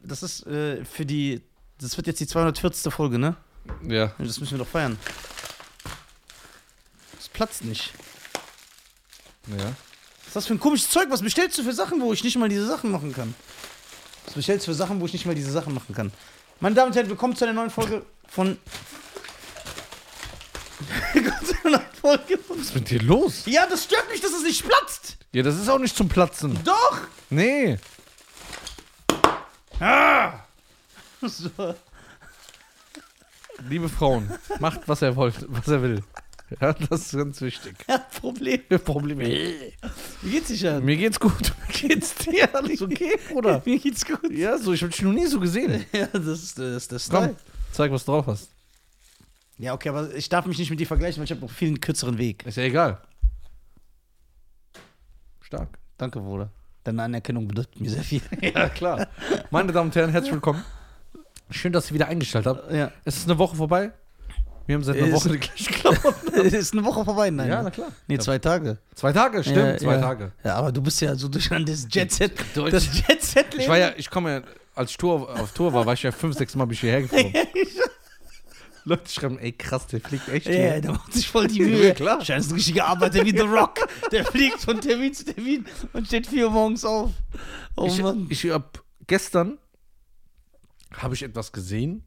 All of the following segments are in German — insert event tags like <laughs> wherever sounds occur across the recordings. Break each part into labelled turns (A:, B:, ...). A: das ist äh, für die. Das wird jetzt die 240. Folge, ne?
B: Ja.
A: Das müssen wir doch feiern. Das platzt nicht.
B: Ja.
A: Was ist das für ein komisches Zeug? Was bestellst du für Sachen, wo ich nicht mal diese Sachen machen kann? Was bestellst du für Sachen, wo ich nicht mal diese Sachen machen kann? Meine Damen und Herren, willkommen zu einer neuen Folge von. <laughs> willkommen zu einer neuen Folge von.
B: Was ist mit dir los?
A: Ja, das stört mich, dass es nicht platzt!
B: Ja, das ist auch nicht zum Platzen.
A: Doch!
B: Nee.
A: So.
B: Liebe Frauen, macht, was er wollt, was er will. Ja, das ist ganz wichtig.
A: Er hat Probleme.
B: Probleme.
A: Wie geht's dich an?
B: Mir geht's gut. <laughs> Wie geht's dir? Alles okay, Bruder?
A: Mir geht's gut.
B: Ja, so, ich hab dich noch nie so gesehen.
A: Ja, das ist, äh, das ist der Style.
B: Komm, zeig, was du drauf hast.
A: Ja, okay, aber ich darf mich nicht mit dir vergleichen, weil ich habe noch viel einen kürzeren Weg.
B: Ist ja egal. Stark.
A: Danke, Bruder. Deine Anerkennung bedeutet mir sehr
B: <laughs>
A: viel.
B: Ja, klar. Meine Damen und Herren, herzlich willkommen. Schön, dass ihr wieder eingeschaltet
A: <laughs>
B: habt.
A: Ja.
B: Es ist eine Woche vorbei. Wir haben seit einer
A: Ist-
B: Woche die gleichen Klamotten.
A: ist eine Woche vorbei, nein.
B: Ja, na klar.
A: Nee, zwei Tage.
B: Zwei Tage, stimmt,
A: Ja,
B: zwei
A: ja.
B: Tage.
A: Ja, aber du bist ja so durch an das Jet Set.
B: <laughs> Durch.
A: Das Jet Set Leben. <laughs>
B: Ich war ja, ich komme ja, als ich Tour, auf Tour war, war ich ja fünf, sechs Mal bin ich
A: <laughs>
B: hierher gekommen. Leute schreiben, ey krass, der fliegt echt hier.
A: Ja, der macht sich voll die Mühe.
B: Ja, klar.
A: Scheiß ein richtiger Arbeiter wie The Rock. Der fliegt von Termin zu Termin und steht vier Uhr morgens auf. Oh Mann.
B: ich, ich hab, gestern habe ich etwas gesehen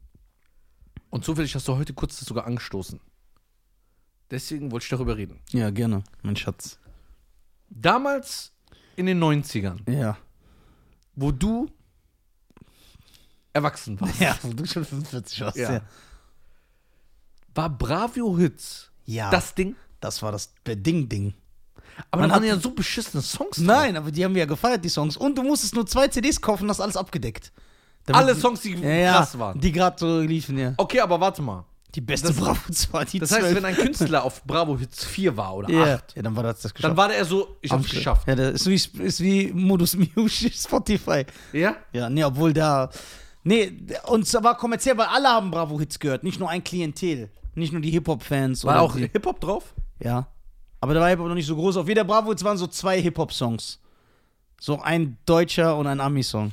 B: und zufällig hast du heute kurz das sogar angestoßen. Deswegen wollte ich darüber reden.
A: Ja, gerne, mein Schatz.
B: Damals in den 90ern,
A: Ja.
B: wo du erwachsen warst,
A: Ja, wo du schon 45 warst.
B: Ja.
A: <laughs> Ja.
B: war Bravio Hits
A: ja.
B: das Ding.
A: Das war das Ding-Ding.
B: Aber
A: Man
B: da waren
A: hat-
B: ja so beschissene Songs. drauf.
A: Nein, aber die haben wir ja gefeiert, die Songs. Und du musstest nur zwei CDs kaufen, das alles abgedeckt. Damit-
B: Alle Songs, die
A: ja, ja,
B: krass waren.
A: Die gerade so liefen, ja.
B: Okay, aber warte mal.
A: Die beste Bravo 2, die
B: Das heißt,
A: 12.
B: wenn ein Künstler auf Bravo Hits 4 war oder
A: ja.
B: 8,
A: ja, dann war das das
B: dann
A: geschafft.
B: war der so, ich hab's geschafft.
A: Ja, das ist wie, ist wie Modus Music <laughs> Spotify.
B: Ja?
A: Ja, nee, obwohl da. Nee, und es war kommerziell, weil alle haben Bravo-Hits gehört, nicht nur ein Klientel. Nicht nur die Hip-Hop-Fans.
B: War
A: oder
B: auch
A: die,
B: Hip-Hop drauf?
A: Ja. Aber da war Hip-Hop noch nicht so groß. Auf jeder Bravo-Hits waren so zwei Hip-Hop-Songs. So ein deutscher und ein Ami-Song.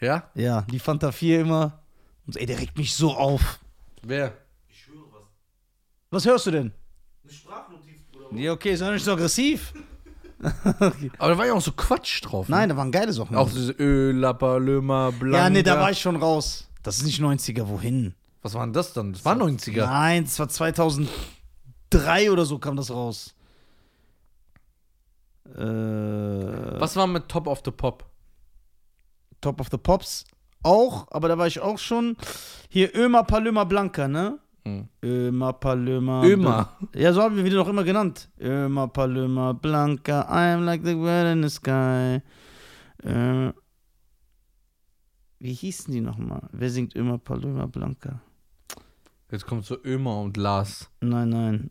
B: Ja.
A: Ja, die Fanta 4 immer. Und ey, der regt mich so auf.
B: Wer?
C: Ich schwöre was.
A: Was hörst du denn?
C: Eine Sprachnotiz, Bruder.
A: Ja, okay, ist doch nicht so aggressiv.
B: Aber da war ja auch so Quatsch drauf.
A: Nein, da waren geile Sachen.
B: Ne? Auch diese Ölapper, Lömer, Blanca.
A: ja, nee, da war ich schon raus. Das ist nicht 90er, wohin?
B: Was waren das dann? Das war 90er.
A: Nein, es war 2003 oder so kam das raus. Äh,
B: Was war mit Top of the Pop?
A: Top of the Pops auch, aber da war ich auch schon. Hier Ömer Palömer Blanca, ne?
B: Hm.
A: Ömer Palömer.
B: Ömer.
A: Ja, so haben wir wieder doch immer genannt. Ömer Palömer Blanca, I'm like the world in the sky. Äh, wie hießen die nochmal? Wer singt Ömer Palömer Blanca?
B: Jetzt kommt so Ömer und Lars.
A: Nein, nein.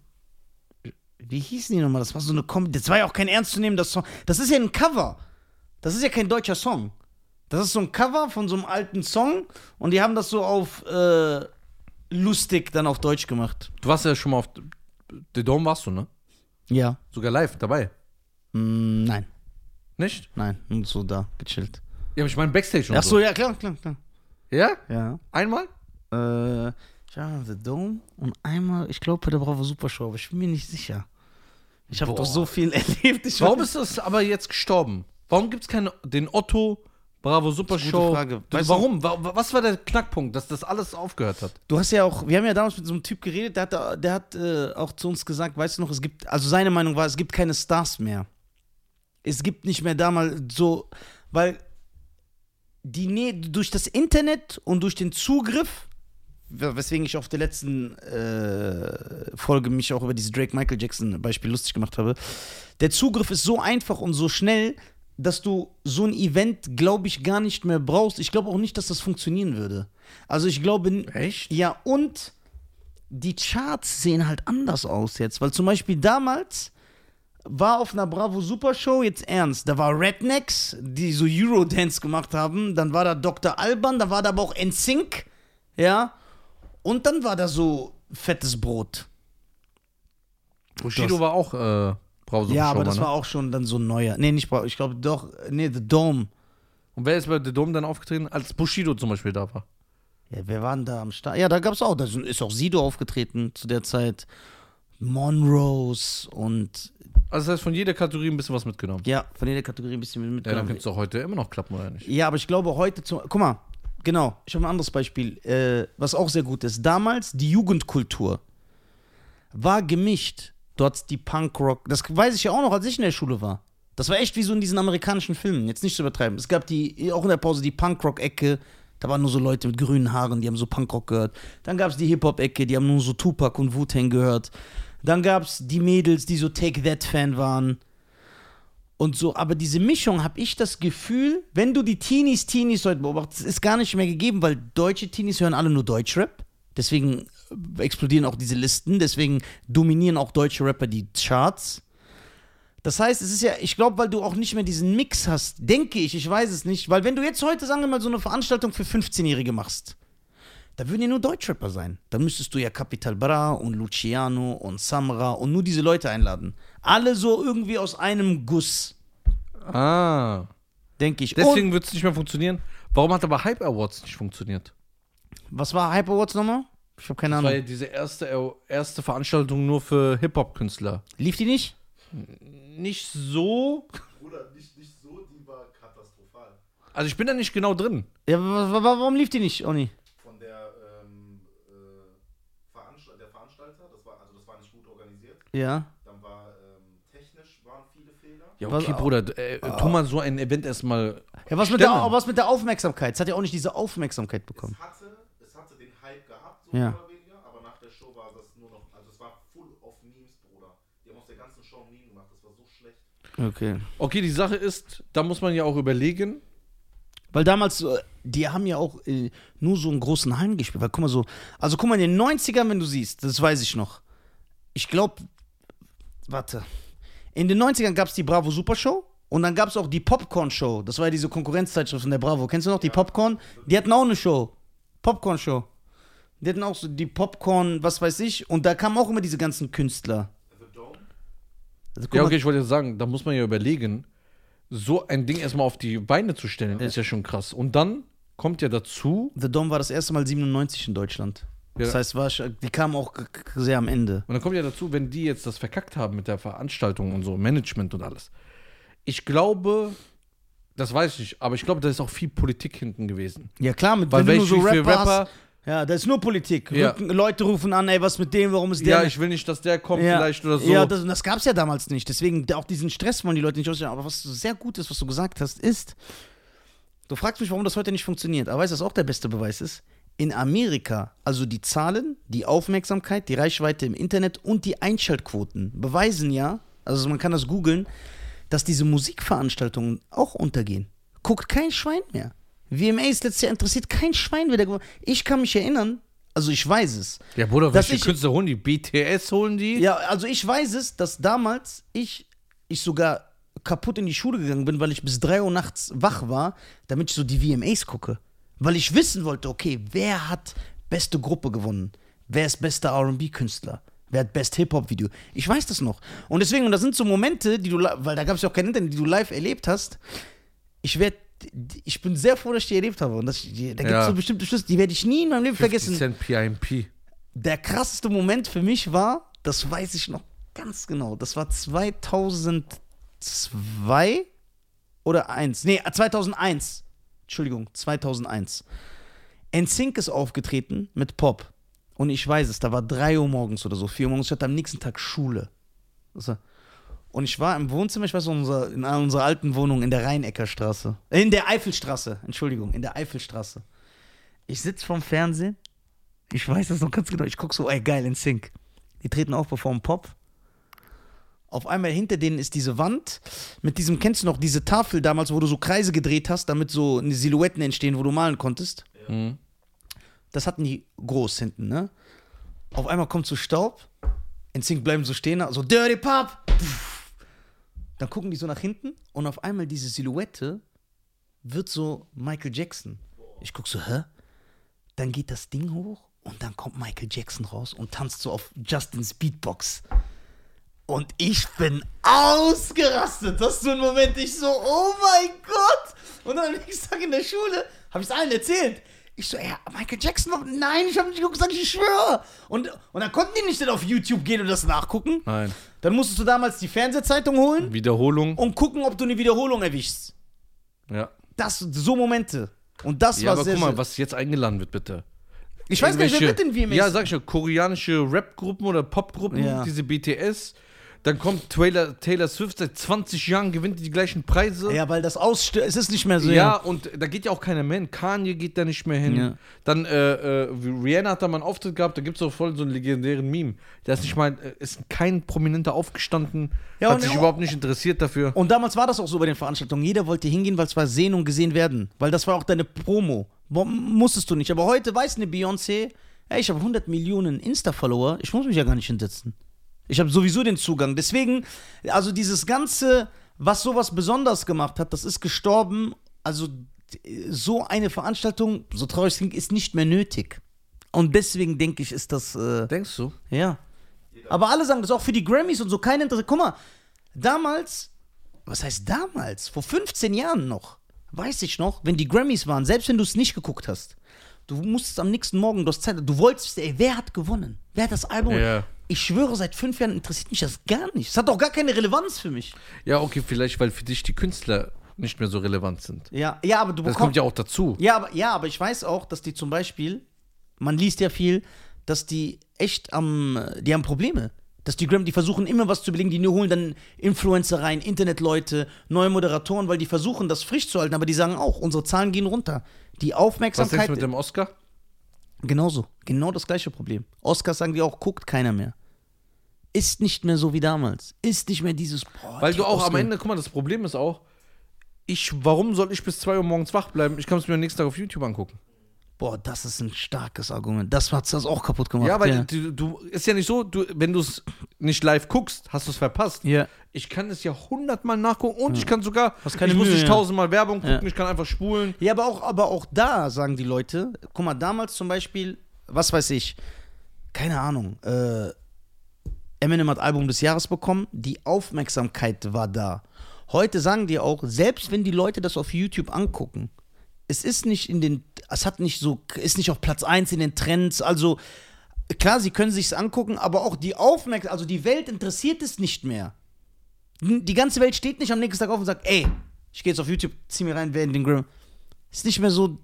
A: Wie hießen die nochmal? Das war so eine Kombi. Das war ja auch kein ernstzunehmender Song. Das ist ja ein Cover. Das ist ja kein deutscher Song. Das ist so ein Cover von so einem alten Song und die haben das so auf äh, lustig dann auf Deutsch gemacht.
B: Du warst ja schon mal auf The Dome warst du, ne?
A: Ja.
B: Sogar live dabei.
A: Mm, nein,
B: Nicht?
A: nein. Und so da, gechillt.
B: Ja, aber ich meine Backstage und
A: Ach so, ja, klar, klar, klar.
B: Ja?
A: Ja.
B: Einmal?
A: Äh, ich war mal The Dome und einmal, ich glaube, bei der Bravo Supershow, aber ich bin mir nicht sicher. Ich habe
B: Boah.
A: doch so viel <laughs> erlebt. Ich
B: Warum
A: weiß-
B: ist das aber jetzt gestorben? Warum gibt es keine den Otto Bravo Super
A: Das ist eine
B: Show?
A: gute Frage.
B: Du,
A: Weißt du-
B: warum? Wa- wa- Was war der Knackpunkt, dass das alles aufgehört hat?
A: Du hast ja auch, wir haben ja damals mit so einem Typ geredet, der hat, der hat äh, auch zu uns gesagt, weißt du noch, es gibt, also seine Meinung war, es gibt keine Stars mehr. Es gibt nicht mehr damals so, weil die Nä durch das Internet und durch den Zugriff, we- weswegen ich auf der letzten äh, Folge mich auch über dieses Drake Michael Jackson Beispiel lustig gemacht habe, der Zugriff ist so einfach und so schnell, dass du so ein Event, glaube ich, gar nicht mehr brauchst. Ich glaube auch nicht, dass das funktionieren würde. Also ich glaube, n-
B: Echt?
A: ja, und die Charts sehen halt anders aus jetzt, weil zum Beispiel damals war auf einer Bravo Super Show jetzt ernst. Da war Rednecks, die so Eurodance gemacht haben. Dann war da Dr. Alban, da war da aber auch NSYNC, ja. Und dann war da so fettes Brot.
B: Bushido war auch äh, Bravo Super
A: ja,
B: Show.
A: aber das
B: ne?
A: war auch schon dann so ein neuer. Nee, nicht Bravo, ich glaube doch, nee, The Dome.
B: Und wer ist bei The Dome dann aufgetreten? Als Bushido zum Beispiel da war.
A: Ja, wer war denn da am Start? Ja, da gab es auch, da sind- ist auch Sido aufgetreten zu der Zeit. Monrose und
B: Also das heißt, von jeder Kategorie ein bisschen was mitgenommen.
A: ja, von jeder Kategorie ein bisschen
B: Ja, dann
A: mitgenommen.
B: könnte es doch heute immer noch klappen, oder nicht?
A: Ja, aber ich glaube heute zum. Guck mal, genau. Ich habe ein anderes Beispiel, äh, was auch sehr gut ist. Damals die Jugendkultur war gemischt. Dort die Punkrock. Das weiß ich ja auch noch, als ich in der Schule war. Das war echt wie so in diesen amerikanischen Filmen. Jetzt nicht zu übertreiben. Es gab die auch in der Pause die Punkrock-Ecke. Da waren nur so Leute mit grünen Haaren, die haben so Punkrock gehört. Dann gab es die Hip-Hop-Ecke, die haben nur so Tupac und Wu-Tang gehört. Dann gab es die Mädels, die so Take That-Fan waren und so. Aber diese Mischung habe ich das Gefühl, wenn du die Teenies, Teenies heute beobachtest, ist gar nicht mehr gegeben, weil deutsche Teenies hören alle nur Deutschrap. Deswegen äh, explodieren auch diese Listen. Deswegen dominieren auch deutsche Rapper die Charts. Das heißt, es ist ja, ich glaube, weil du auch nicht mehr diesen Mix hast, denke ich, ich weiß es nicht, weil wenn du jetzt heute, sagen wir mal, so eine Veranstaltung für 15-Jährige machst, da würden ja nur Deutschrapper sein. Da müsstest du ja Capital Bra und Luciano und Samra und nur diese Leute einladen. Alle so irgendwie aus einem Guss.
B: Ah.
A: Denke ich.
B: Deswegen wird es nicht mehr funktionieren. Warum hat aber Hype Awards nicht funktioniert?
A: und was war Hype Awards nochmal? Ich habe keine
B: Das war ja
A: Ahnung.
B: diese erste, erste Veranstaltung nur für Hip-Hop-Künstler.
A: Lief die nicht?
B: Nicht so.
C: Bruder, nicht, nicht so, die war katastrophal.
B: Also ich bin da nicht genau drin.
A: Ja, wa- wa- wa- warum lief die nicht, Oni?
C: Von der, ähm, äh, Veranstalt der Veranstalter, das war, also das war nicht gut organisiert.
A: Ja.
C: Dann war, ähm, technisch waren viele Fehler.
B: Ja,
A: Was- Ah.
B: okay, Bruder, äh, tu mal so ein Event erstmal.
A: Ja, was mit, der,
B: Stimmen.
A: was mit der Aufmerksamkeit? Es hat ja auch nicht diese Aufmerksamkeit bekommen.
C: Es hatte, es hatte den Hype gehabt, so
A: Ja.
C: mehr oder weniger, aber nach der Show war das nur noch, also es war full of Memes, Bruder. Die haben aus der ganzen Show ein Meme gemacht, das war so schlecht.
A: Okay.
B: Okay, die Sache ist, da muss man ja auch überlegen.
A: Weil damals, äh, die haben ja auch äh, nur so einen großen Hallen gespielt. Weil guck mal so, also guck mal in den 90ern, wenn du siehst, das weiß ich noch. Ich glaube, warte. In den 90ern gab es die Bravo Super Show und dann gab es auch die Popcorn Show. Das war ja diese Konkurrenzzeitschrift von der Bravo. Kennst du noch die Popcorn? Die hatten auch eine Show. Popcorn Show. Die hatten auch so die Popcorn, was weiß ich. Und da kamen auch immer diese ganzen Künstler.
C: The Dome,
A: Also, guck
B: Ja,
A: mal,
B: okay, ich wollte jetzt sagen, da muss man ja überlegen, so ein Ding erstmal auf die Beine zu stellen, ist ja schon krass. Und dann kommt ja dazu,
A: The Dome war das erste Mal 97 in Deutschland.
B: Ja.
A: Das heißt, war, sch- die kamen auch k- k- sehr am Ende.
B: und dann kommt ja dazu, wenn die jetzt das verkackt haben mit der Veranstaltung und so, Management und alles. Ich glaube, das weiß ich nicht, aber ich glaube, da ist auch viel Politik hinten gewesen.
A: Ja klar, mit
B: Weil
A: wenn du
B: welche-
A: nur so
B: wie viele
A: Rapper,
B: Rapper-
A: hast, Ja, das ist nur Politik.
B: Ja.
A: Rücken, Leute rufen an, ey, was mit dem, warum ist der
B: ja,
A: nicht-
B: ich will nicht, dass der kommt vielleicht oder so.
A: Ja, das, das gab es ja damals nicht. Deswegen da- auch diesen Stress wollen die Leute nicht aussehen. Aber was sehr gut ist, was du gesagt hast, ist, du fragst mich, warum das heute nicht funktioniert. Aber weißt du, was auch der beste Beweis ist? In Amerika, also die Zahlen, die Aufmerksamkeit, die Reichweite im Internet und die Einschaltquoten beweisen ja, also man kann das googeln, dass diese Musikveranstaltungen auch untergehen. Guckt kein Schwein mehr. VMAs letztes Jahr interessiert kein Schwein wieder. Ich kann mich erinnern, also ich weiß es,
B: Ja, Bruder,
A: Dass
B: welche
A: ich-
B: Künstler holen die? BTS holen die?
A: ja, also ich weiß es, dass damals ich, ich sogar kaputt in die Schule gegangen bin, weil ich bis 3 Uhr nachts wach war, damit ich so die VMAs gucke. Weil ich wissen wollte, okay, wer hat beste Gruppe gewonnen? Wer ist bester RB-Künstler? Wer hat best Hip-Hop-Video? Ich weiß das noch. Und deswegen, und das sind so Momente, die du, li- weil da gab es ja auch kein Internet, die du live erlebt hast. Ich werde, ich bin sehr froh, dass ich die erlebt habe. Und dass ich, die- da gibt es
B: Ja.
A: so bestimmte Schlüsse, die werde ich nie in meinem Leben
B: 50
A: vergessen
B: Cent PIMP.
A: der krasseste Moment für mich war, das weiß ich noch ganz genau, das war 2002 oder 1, nee, 2001, Entschuldigung, 2001. NSYNC ist aufgetreten mit Pop und ich weiß es, da war 3 Uhr morgens oder so, 4 Uhr morgens, ich hatte am nächsten Tag Schule. Also, Und ich war im Wohnzimmer, ich weiß noch, unser, in einer unserer alten Wohnung in der Rheineckerstraße, in der Eifelstraße, Entschuldigung, in der Eifelstraße. Ich sitze vorm Fernsehen ich weiß das noch ganz genau. Ich gucke so, ey, geil, in Sync. Die treten auf, bevor ein Pop. Auf einmal hinter denen ist diese Wand mit diesem, kennst du noch, diese Tafel damals, wo du so Kreise gedreht hast, damit so Silhouetten entstehen, wo du malen konntest.
B: Mhm.
A: Das hatten die groß hinten, ne? Auf einmal kommt so Staub, in Sync bleiben so stehen, so Dirty Pop. Pff. Dann gucken die so nach hinten und auf einmal diese Silhouette wird so Michael Jackson. Ich guck so, hä? Dann geht das Ding hoch und dann kommt Michael Jackson raus und tanzt so auf Justins Beatbox. Und ich bin ausgerastet. Das ist so ein Moment, ich so, oh mein Gott, Und dann <laughs> am nächsten Tag in der Schule habe ich es allen erzählt. Ich so, ey, Michael Jackson, war- nein, ich habe nicht geguckt, sag ich, ich schwöre. Und, und dann konnten die nicht dann auf YouTube gehen und das nachgucken.
B: Nein.
A: Dann musstest du damals die Fernsehzeitung holen
B: Wiederholung.
A: und gucken, ob du eine Wiederholung erwischst.
B: Ja.
A: Das, so Momente. Und das
B: Ja,
A: war
B: aber
A: sehr
B: guck mal,
A: schön.
B: was jetzt eingeladen wird, bitte.
A: Ich weiß gar nicht, wer
B: Irgendwelche-
A: wird denn VMAs?
B: Ja, sag ich ja, koreanische Rap-Gruppen oder Pop-Gruppen,
A: Ja.
B: diese BTS. Dann kommt Taylor, Taylor Swift, seit 20 Jahren gewinnt die die gleichen Preise.
A: ja, weil das ausstört. Es ist nicht mehr so.
B: Ja, und da geht ja auch keiner mehr hin. Kanye geht da nicht mehr hin.
A: Ja.
B: Dann, äh, äh, Rihanna hat da mal einen Auftritt gehabt, da gibt es so voll so einen legendären Meme. Da ist nicht mal, äh, ist kein Prominenter aufgestanden,
A: Ja,
B: hat
A: und-
B: sich überhaupt nicht interessiert dafür.
A: Und damals war das auch so bei den Veranstaltungen. Jeder wollte hingehen, weil es war sehen und gesehen werden. Weil das war auch deine Promo. Bo- Musstest du nicht. Aber heute weiß eine Beyoncé, ey, ich habe 100 Millionen Insta-Follower. Ich muss mich ja gar nicht hinsetzen. Ich habe sowieso den Zugang. Deswegen, also dieses Ganze, was sowas besonders gemacht hat, das ist gestorben. Also d- so eine Veranstaltung, so traurig es klingt, ist nicht mehr nötig. Und deswegen denke ich, ist das... Äh,
B: Denkst du?
A: ja. Aber alle sagen das auch für die Grammys und so kein Interesse. Guck mal, damals, was heißt damals? Vor 15 Jahren noch, weiß ich noch, wenn die Grammys waren, selbst wenn du es nicht geguckt hast, du musstest am nächsten Morgen, du hast Zeit, du wolltest, ey, wer hat gewonnen? Wer hat das Album?
B: Ja.
A: Ich schwöre, seit fünf Jahren interessiert mich das gar nicht. Es hat auch gar keine Relevanz für mich.
B: Ja, okay, vielleicht, weil für dich die Künstler nicht mehr so relevant sind.
A: Ja, ja aber du
B: Das
A: bekommst.
B: kommt ja auch dazu.
A: Ja, aber, ja, aber ich weiß auch, dass die zum Beispiel, man liest ja viel, dass die echt am, äh, die haben Probleme. Dass die Gram, die versuchen immer was zu belegen, die nur holen dann Influencer rein, Internetleute, neue Moderatoren, weil die versuchen, das frisch zu halten, aber die sagen auch, unsere Zahlen gehen runter. Die
B: Was denkst
A: Aufmerksamkeit.
B: du mit dem Oscar?
A: genauso, genau das gleiche Problem. Oscars sagen die auch, guckt keiner mehr. Ist nicht mehr so wie damals. Ist nicht mehr dieses. Boah,
B: Weil
A: die
B: du auch am
A: Oscar-
B: Ende, guck mal, das Problem ist auch, ich, warum soll ich bis 2 Uhr morgens wach bleiben? Ich kann es mir am nächsten Tag auf YouTube angucken.
A: Boah, das ist ein starkes Argument. Das hat das auch kaputt gemacht.
B: ja, weil Du, du, ist ja nicht so, du, wenn du es nicht live guckst, hast du es verpasst.
A: Ja.
B: Ich kann es ja hundertmal nachgucken und ich kann sogar,
A: keine
B: ich muss
A: Mühe,
B: nicht
A: ja.
B: tausendmal Werbung gucken,
A: Ja.
B: ich kann einfach spulen.
A: Ja, aber auch, aber auch da sagen die Leute, guck mal, damals zum Beispiel, was weiß ich, keine Ahnung, äh, Eminem hat Album des Jahres bekommen, die Aufmerksamkeit war da. Heute sagen die auch, selbst wenn die Leute das auf YouTube angucken, es ist nicht in den, es hat nicht so, ist nicht auf Platz 1 in den Trends, also klar, sie können sich's angucken, aber auch die Aufmerksamkeit, also die Welt interessiert es nicht mehr. N- Die ganze Welt steht nicht am nächsten Tag auf und sagt, ey, ich gehe jetzt auf YouTube, zieh mir rein, wer in den Grimm. Ist nicht mehr so,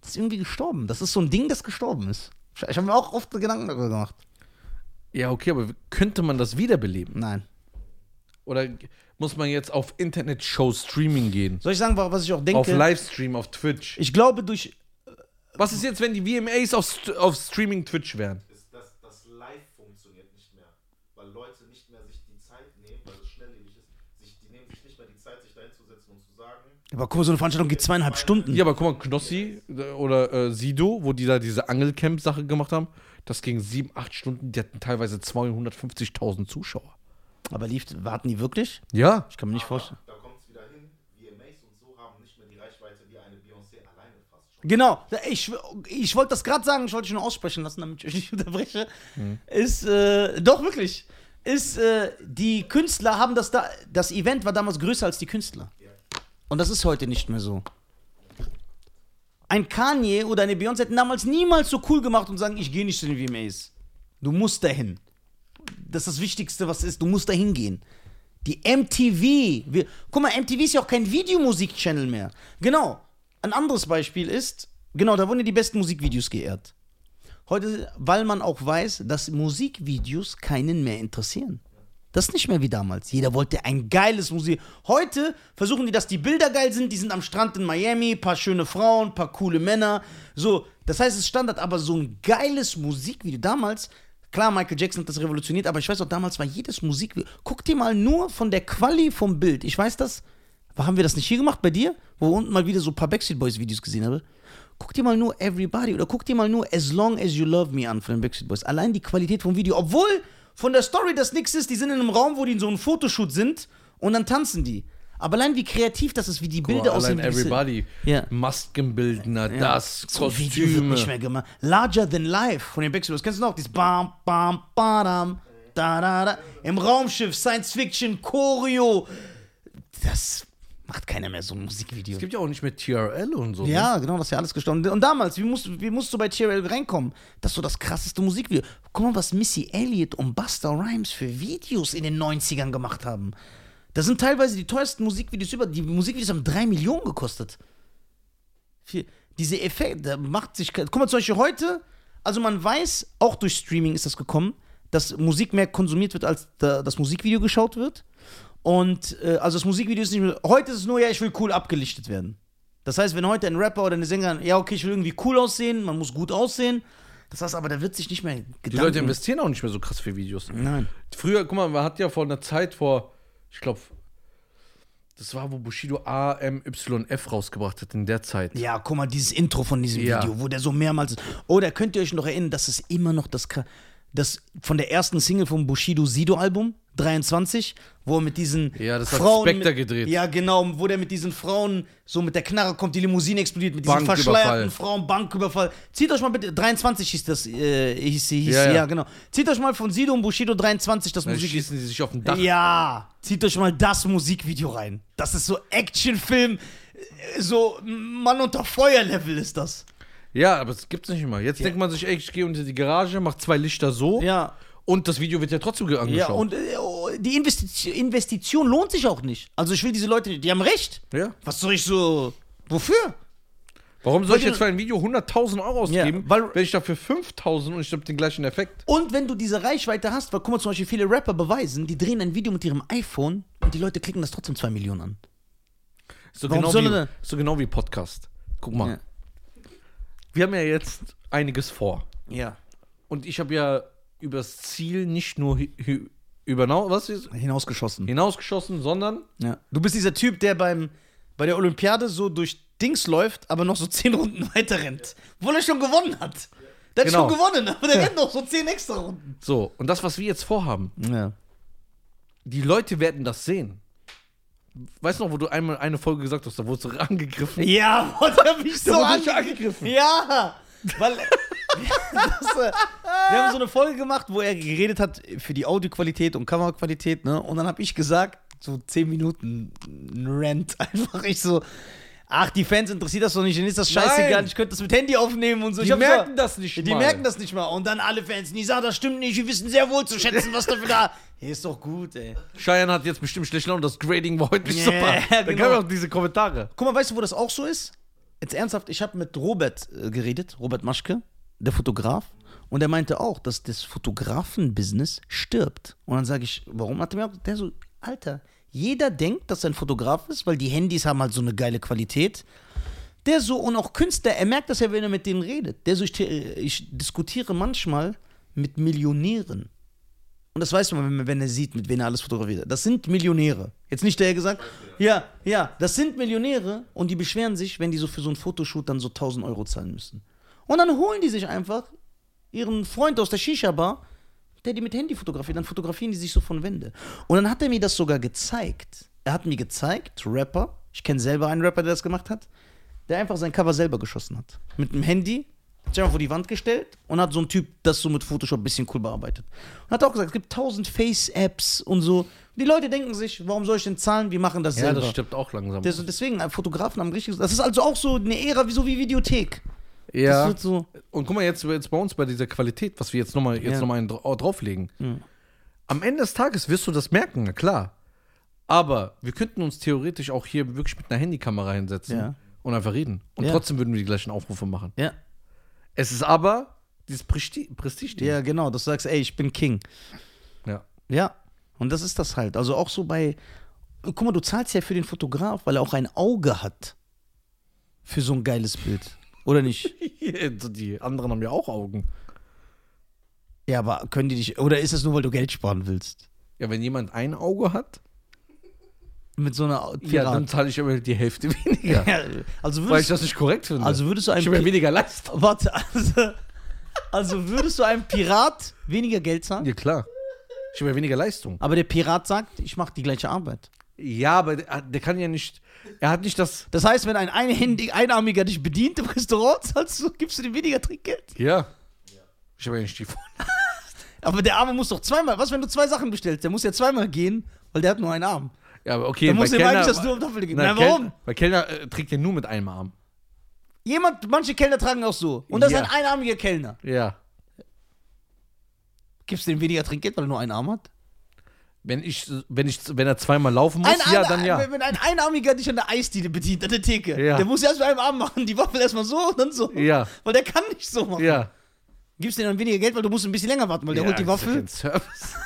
A: das ist irgendwie gestorben. Das ist so ein Ding, das gestorben ist. Ich habe mir auch oft Gedanken darüber gemacht.
B: Ja, okay, aber könnte man das wiederbeleben?
A: Nein.
B: Oder muss man jetzt auf Internet-Show-Streaming gehen?
A: Soll ich sagen, wa- was ich auch
B: Auf
A: denke?
B: Livestream, auf Twitch?
A: Ich glaube durch,
B: Was ist jetzt, wenn die VMAs auf, St- auf Streaming-Twitch wären?
C: Ist, dass das live funktioniert nicht mehr. Weil Leute nicht mehr sich die Zeit nehmen, weil es schnelllebig ist. Sich, die nehmen sich nicht mehr die Zeit, sich dahinzusetzen und zu sagen,
A: aber guck mal, so eine Veranstaltung geht zweieinhalb Stunden.
B: Ja, aber guck mal, Knossi äh, oder äh, Sido, wo die da diese Angelcamp-Sache gemacht haben, das ging sieben, acht Stunden, die hatten teilweise 250.000 Zuschauer.
A: Aber lief, warten die wirklich?
B: Ja.
A: Ich kann mir nicht vorstellen.
C: da kommt es wieder hin. VMAs und so haben nicht mehr die Reichweite wie eine Beyoncé alleine fast schon.
A: Genau, ich, ich wollte das gerade sagen, ich wollte dich nur aussprechen lassen, damit ich euch nicht unterbreche. Ist, äh, doch wirklich, ist, äh, die Künstler haben das da, das Event war damals größer als die Künstler. Und das ist heute nicht mehr so. Ein Kanye oder eine Beyoncé hätten damals niemals so cool gemacht und sagen, ich gehe nicht zu den VMAs. Du musst dahin. Das ist das Wichtigste, was ist. Du musst dahin gehen. Die MTV. Wir, guck mal, MTV ist ja auch kein Videomusik-Channel mehr. Genau. Ein anderes Beispiel ist, genau, da wurden ja die besten Musikvideos geehrt. Heute, weil man auch weiß, dass Musikvideos keinen mehr interessieren. Das ist nicht mehr wie damals. Jeder wollte ein geiles Musik. Heute versuchen die, dass die Bilder geil sind. Die sind am Strand in Miami, paar schöne Frauen, paar coole Männer. So, das heißt, es ist Standard. Aber so ein geiles Musikvideo damals, klar, Michael Jackson hat das revolutioniert, aber ich weiß auch, damals war jedes Musikvideo. Guck dir mal nur von der Quali vom Bild. Ich weiß das. Haben wir das nicht hier gemacht bei dir? Wo wir unten mal wieder so ein paar Backstreet Boys Videos gesehen habe. Guck dir mal nur Everybody oder guck dir mal nur As Long As You Love Me an von den Backstreet Boys. Allein die Qualität vom Video, obwohl von der Story das nichts ist, die sind in einem Raum, wo die in so einem Fotoshoot sind und dann tanzen die. Aber allein wie kreativ das ist, wie die Bilder
B: Boah,
A: aussehen.
B: allein
A: wie diese-
B: Everybody.
A: Ja.
B: Maskenbildner, das,
A: so ein Video wird nicht
B: Kostüme.
A: mehr gemacht. Larger Than Life von den Backstreet Boys. Kennst du noch? Dieses Bam, Bam, Badam, da, da, da. Im Raumschiff, Science Fiction, Choreo. Das, Macht keiner mehr so ein Musikvideo.
B: Es gibt ja auch nicht mehr TRL und so. Ne?
A: Ja, genau, das ist ja alles gestorben. Und damals, wie musst, wie musst du bei TRL reinkommen? Das ist so das krasseste Musikvideo. Guck mal, was Missy Elliott und Busta Rhymes für Videos in den 90ern gemacht haben. Das sind teilweise die teuersten Musikvideos über. Die Musikvideos haben 3 Millionen gekostet. Viel. Diese Effekte, da macht sich. ke- Guck mal, zum Beispiel heute, also man weiß, auch durch Streaming ist das gekommen, dass Musik mehr konsumiert wird, als da, das Musikvideo geschaut wird. Und äh, also das Musikvideo ist nicht mehr. Heute ist es nur, ja, ich will cool abgelichtet werden. Das heißt, wenn heute ein Rapper oder eine Sängerin, ja, okay, ich will irgendwie cool aussehen, man muss gut aussehen. Das heißt aber, da wird sich nicht mehr Gedanken.
B: Die Leute investieren auch nicht mehr so krass für Videos.
A: Nein.
B: Früher, guck mal, man hat ja vor einer Zeit, vor, ich glaube, das war, wo Bushido AMYF rausgebracht hat, in der Zeit.
A: Ja, guck mal, dieses Intro von diesem
B: Ja.
A: Video, wo der so mehrmals ist. Oder könnt ihr euch noch erinnern, dass es immer noch das, Kra- das von der ersten Single vom Bushido Sido Album 23, wo er mit diesen
B: Ja, das hat
A: Frauen
B: Spectre
A: mit,
B: gedreht.
A: Ja, genau, wo der mit diesen Frauen so mit der Knarre kommt, die Limousine explodiert mit diesen
B: Banküberfall.
A: verschleierten Frauen Banküberfall. Zieht euch mal bitte 23 hieß das äh, hieß, hieß
B: Ja,
A: ja,
B: ja.
A: genau. Zieht euch mal von Sido und Bushido 23 das
B: Dann
A: Musik
B: schießen die sich auf den Dach.
A: ja, zieht euch mal das Musikvideo rein. Das ist so Actionfilm, äh, so Mann unter Feuer-Level ist das.
B: Ja, aber das gibt's nicht immer. Jetzt denkt man sich, ey, ich gehe unter die Garage, mach zwei Lichter so
A: Ja,
B: und das Video wird ja trotzdem ge- angeschaut.
A: ja und äh, oh, die Investition, Investition lohnt sich auch nicht. Also ich will diese Leute, die haben recht.
B: Ja.
A: Was soll ich so, wofür?
B: Warum soll ich
A: Weil die-
B: jetzt für ein Video 100.000 Euro
A: Ja,
B: ausgeben,
A: weil-
B: wenn ich dafür 5.000 und ich habe den gleichen Effekt?
A: Und wenn du diese Reichweite hast, weil guck mal zum Beispiel viele Rapper beweisen, die drehen ein Video mit ihrem iPhone und die Leute klicken das trotzdem 2 Millionen an.
B: Ist so,
A: Warum
B: genau
A: soll
B: wie,
A: er denn-
B: ist so genau wie Podcast. Guck mal.
A: Ja.
B: Wir haben ja jetzt einiges vor.
A: Ja.
B: Und ich habe ja übers Ziel nicht nur hi- hi- übernau was ist,
A: Hinausgeschossen.
B: hinausgeschossen, sondern
A: Ja. Du bist dieser Typ, der beim, bei der Olympiade so durch Dings läuft, aber noch so zehn Runden <laughs> weiter rennt. Obwohl er schon gewonnen hat. Der hat
B: Genau.
A: schon gewonnen, aber der rennt noch so zehn extra Runden.
B: so. Und das, was wir jetzt vorhaben,
A: Ja.
B: die Leute werden das sehen. Weißt du noch, wo du einmal eine Folge gesagt hast, da wurdest du <laughs> angegriffen.
A: Ja, boah, da
B: <laughs>
A: bin ich so
B: wurde ich
A: ange-
B: angegriffen.
A: Ja, weil. <laughs> das, äh, wir haben so eine Folge gemacht, wo er geredet hat für die Audioqualität und Kameraqualität, ne? Und dann habe ich gesagt, so zehn Minuten ein Rant, einfach ich so. Ach, die Fans interessiert das doch nicht, denen ist das scheißegal,
B: Nein.
A: ich könnte das mit Handy aufnehmen und so.
B: Die
A: ich hab so-
B: merken das nicht
A: Die
B: mal.
A: merken das nicht mal. Und dann alle Fans, Nisa, das stimmt nicht, wir wissen sehr wohl zu schätzen, was dafür da. Hey, ist doch gut, ey.
B: Cheyenne hat jetzt bestimmt schlecht Laune, das Grading war heute nicht
A: Ja, <laughs>
B: super. Dann
A: genau.
B: kamen auch diese Kommentare.
A: Guck mal, weißt du, wo das auch so ist? Jetzt ernsthaft, ich habe mit Robert äh, geredet, Robert Maschke, der Fotograf, und er meinte auch, dass das Fotografen-Business stirbt. Und dann sage ich, warum? Hat er mir auch, der so, Alter, jeder denkt, dass er ein Fotograf ist, weil die Handys haben halt so eine geile Qualität. Der so, und auch Künstler, er merkt das ja, wenn er mit denen redet. Der so, ich, ich diskutiere manchmal mit Millionären. Und das weiß man, wenn, wenn er sieht, mit wem er alles fotografiert hat. Das sind Millionäre. Jetzt nicht der, der gesagt ja, ja, das sind Millionäre und die beschweren sich, wenn die so für so ein Fotoshoot dann so 1000 Euro zahlen müssen. Und dann holen die sich einfach ihren Freund aus der Shisha-Bar, der die mit Handy fotografiert, dann fotografieren die sich so von Wände. Und dann hat er mir das sogar gezeigt. Er hat mir gezeigt, Rapper, ich kenne selber einen Rapper, der das gemacht hat, der einfach sein Cover selber geschossen hat. Mit dem Handy, hat sich einfach vor die Wand gestellt und hat so ein Typ das so mit Photoshop ein bisschen cool bearbeitet. Und hat auch gesagt, es gibt tausend Face-Apps und so. Und die Leute denken sich, warum soll ich denn zahlen? Wir machen das
B: Ja,
A: selber.
B: das stirbt auch langsam.
A: Das, deswegen, äh, Fotografen haben richtig. Das ist also auch so eine Ära, wie so wie Videothek. Das
B: ja.
A: wird so.
B: Und guck mal, jetzt, jetzt bei uns bei dieser Qualität, was wir jetzt nochmal jetzt
A: Ja. Hm.
B: noch mal einen dra- oh, drauflegen. Am Ende des Tages wirst du das merken, na klar. Aber wir könnten uns theoretisch auch hier wirklich mit einer Handykamera hinsetzen
A: Ja.
B: und einfach reden. Und
A: Ja.
B: trotzdem würden wir die gleichen Aufrufe machen.
A: Ja.
B: Es ist aber dieses Presti Prestige.
A: Ja, genau. Dass du sagst, ey, ich bin King.
B: ja.
A: Ja. Und das ist das halt. Also auch so bei. Guck mal, du zahlst ja für den Fotograf, weil er auch ein Auge hat. Für so ein geiles Bild. Oder nicht?
B: <laughs> <laughs> Die anderen haben ja auch Augen.
A: ja, aber können die dich. Oder ist das nur, weil du Geld sparen willst?
B: Ja, wenn jemand ein Auge hat,
A: Mit so einer Au-
B: ja, dann
A: Pirat.
B: zahle ich aber die Hälfte <laughs> weniger.
A: <laughs> Ja, also
B: Weil ich
A: würdest,
B: das nicht korrekt finde.
A: also würdest du
B: ich
A: einem.
B: habe ja
A: Pi-
B: weniger Leistung.
A: Warte, also, also würdest du einem Pirat weniger Geld zahlen?
B: Ja, klar. Ich habe ja weniger Leistung.
A: Aber der Pirat sagt, ich mache die gleiche Arbeit.
B: Ja, aber der, ah, der kann ja nicht. Er hat nicht das.
A: Das heißt, wenn ein Einhändig, Einarmiger dich bedient im Restaurant, zahlst du, gibst du dem weniger Trinkgeld.
B: Ja. Ich habe ja nicht die Vor
A: Aber der Arme muss doch zweimal, was, wenn du zwei Sachen bestellst? Der muss ja zweimal gehen, weil der hat nur einen Arm.
B: Ja, aber okay,
A: Dann
B: bei
A: muss dem
B: Kellner,
A: eigentlich das nur im Doppel geben.
B: Nein,
A: Nein, warum?
B: Kellner, bei Kellner äh, trägt ja nur mit einem Arm.
A: Jemand, manche Kellner tragen auch so. Und das
B: Ja.
A: ist ein einarmiger Kellner.
B: Ja.
A: Gibst du dem weniger Trinkgeld, weil er nur einen Arm hat?
B: Wenn ich, wenn ich, wenn er zweimal laufen muss, ja,
A: Einer-
B: dann ja.
A: Wenn wenn ein Einarmiger dich an der Eisdiele bedient, an der Theke,
B: Ja.
A: der muss erst mit einem Arm machen, die Waffel erstmal so und dann so.
B: Ja,
A: Weil der kann nicht so machen.
B: ja.
A: Gibst du dann weniger Geld, weil du musst ein bisschen länger warten, weil der
B: ja,
A: holt die
B: das ist ja
A: Waffel.
B: kein Service. <laughs>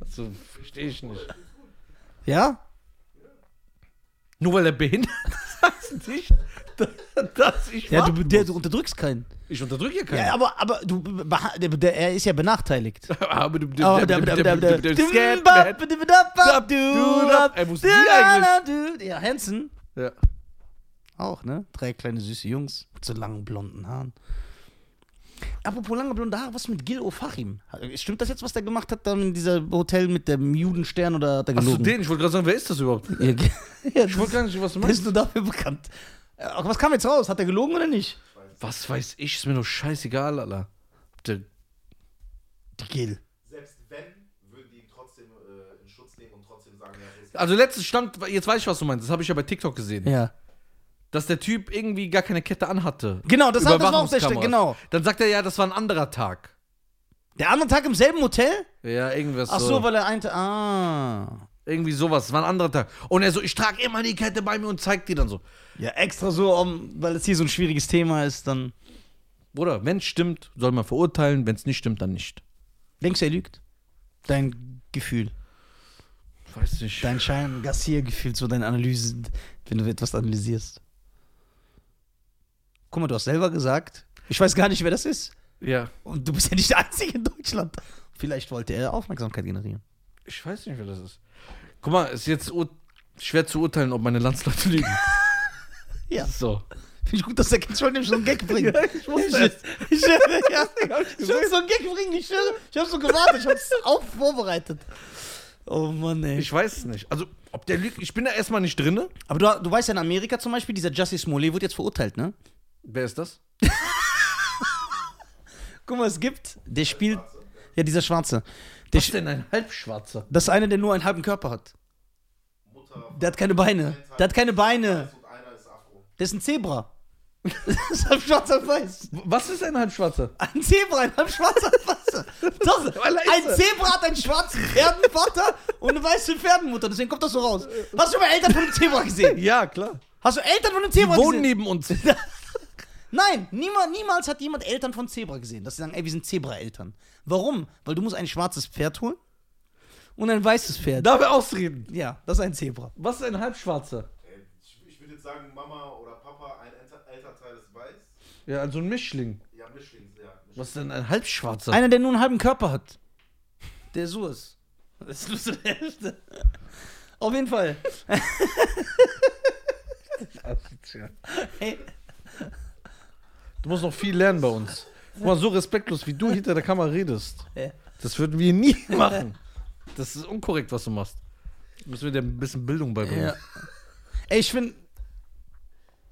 B: Also, verstehe ich nicht.
A: Ja?
B: Nur weil er behindert <laughs> ist, heißt nicht, dass- dass ich
A: Ja,
B: warten
A: du, der,
B: muss.
A: du unterdrückst keinen.
B: Ich unterdrücke ja keinen.
A: Ja, aber, aber du, beha- der, der, er ist ja benachteiligt.
B: <laughs> aber du,
A: Oh,
B: der-
A: da-
B: der-
A: da-
B: der-
A: da- da-
B: der- der- Scatman.
A: da-
B: Ey, wo ist die eigentlich?
A: Ja, Hansen.
B: Ja.
A: Auch, ne? Drei kleine süße Jungs mit so langen blonden Haaren. Apropos lange blonde Haare, was mit Gil O'Fachim? Stimmt das jetzt, was der gemacht hat, dann in diesem Hotel mit dem Judenstern oder hat er
B: Hast du
A: gelogen?
B: den? Ich wollte gerade sagen, wer ist das überhaupt?
A: Ja,
B: <laughs>
A: Gil- <laughs> ja,
B: Ich wollte gar nicht, was du
A: der
B: meinst.
A: ist nur dafür bekannt. Äh, aber Was kam jetzt raus? Hat er gelogen oder nicht?
B: <laughs> Was weiß ich, ist mir doch scheißegal, Alter. Der,
A: Die Gil.
C: Selbst wenn, würden die ihn trotzdem äh, in Schutz nehmen und trotzdem sagen, ja, das ist
B: also letztens stand, jetzt weiß ich, was du meinst, das habe ich ja bei TikTok gesehen,
A: Ja.
B: dass der Typ irgendwie gar keine Kette anhatte.
A: Genau, das hat- das war auch der Ste-
B: Überwachungskameras.
A: genau.
B: Dann sagt er ja, das war ein anderer Tag.
A: Der andere Tag im selben Hotel?
B: Ja, irgendwas
A: Ach so,
B: so.
A: weil er einte. Ah.
B: Irgendwie sowas, war ein anderer Tag. Und er so, ich trage immer die Kette bei mir und zeigt die dann so.
A: Ja, extra so, um, weil es hier so ein schwieriges Thema ist, dann.
B: Bruder, wenn es stimmt, soll man verurteilen, wenn es nicht stimmt, dann nicht.
A: Denkst du, er lügt? Dein Gefühl,
B: Weiß nicht.
A: dein Schein, Gassier-Gefühl, so deine Analyse, wenn du etwas analysierst. Guck mal, du hast selber gesagt, ich weiß gar nicht, wer das ist.
B: Ja,
A: Und du bist ja nicht der Einzige in Deutschland. Vielleicht wollte er Aufmerksamkeit generieren.
B: ich weiß nicht, wer das ist. Guck mal, ist jetzt ur- schwer zu urteilen, ob meine Landsleute lügen. <laughs>
A: Ja.
B: So.
A: Finde ich gut, dass der Kind schon nämlich so einen Gag
B: <laughs>
A: bringt.
B: ich
A: Ich,
B: <laughs>
A: ich, ja, ich wollte so einen Gag bringen, ich schwöre. Ich habe so gewartet, ich habe es auch vorbereitet. Oh Mann, ey.
B: Ich weiß es nicht. Also, ob der lügt, ich bin da erstmal nicht drinne.
A: Aber du, du weißt ja, in Amerika zum Beispiel, dieser Justice Smollett wird jetzt verurteilt, ne?
B: Wer ist das?
A: Guck mal, es gibt, der spielt, ja, dieser Schwarze. Der,
B: Was
A: sch-
B: denn ein Halbschwarzer?
A: das ist einer, der nur einen halben Körper hat.
C: Mutter
A: Der hat keine Beine. Der hat keine Beine.
C: und einer ist Afro.
A: Der ist ein Zebra. <laughs> Das ist halb schwarz, halb weiß.
B: Was ist ein Halbschwarzer?
A: Ein Zebra, ein halb schwarz, halb weiß. Doch, <laughs>
B: aber leise.
A: ein Zebra hat einen schwarzen Pferdenvater und eine weiße Pferdenmutter. Deswegen kommt das so raus. Hast du mal Eltern von einem Zebra gesehen?
B: Ja, klar.
A: Hast du Eltern von einem
B: Die
A: Zebra
B: wohnen
A: gesehen?
B: neben <laughs> uns.
A: Nein, niemals, niemals hat jemand Eltern von Zebra gesehen, dass sie sagen, ey, wir sind Zebra-Eltern. Warum? Weil du musst ein schwarzes Pferd holen und ein weißes Pferd.
B: Darf er ausreden?
A: Ja, das ist ein Zebra.
B: Was ist ein Halbschwarzer?
C: Ey, Äh, Ich, ich würde jetzt sagen, Mama oder Papa, ein Elter- Elternteil ist weiß.
B: Ja, also ein Mischling.
C: Ja, Mischling, ja. Mischling.
B: Was ist denn ein Halbschwarzer?
A: Einer, der nur einen halben Körper hat. Der so ist. Das ist nur so die Hälfte. Auf jeden Fall. Ey,
B: Du musst noch viel lernen bei uns. Guck mal, so respektlos, wie du hinter der Kamera redest.
A: Ja.
B: Das würden wir nie <laughs> machen. Das ist unkorrekt, was du machst. Müssen wir dir ein bisschen Bildung beibringen.
A: ja. Ey, ich finde,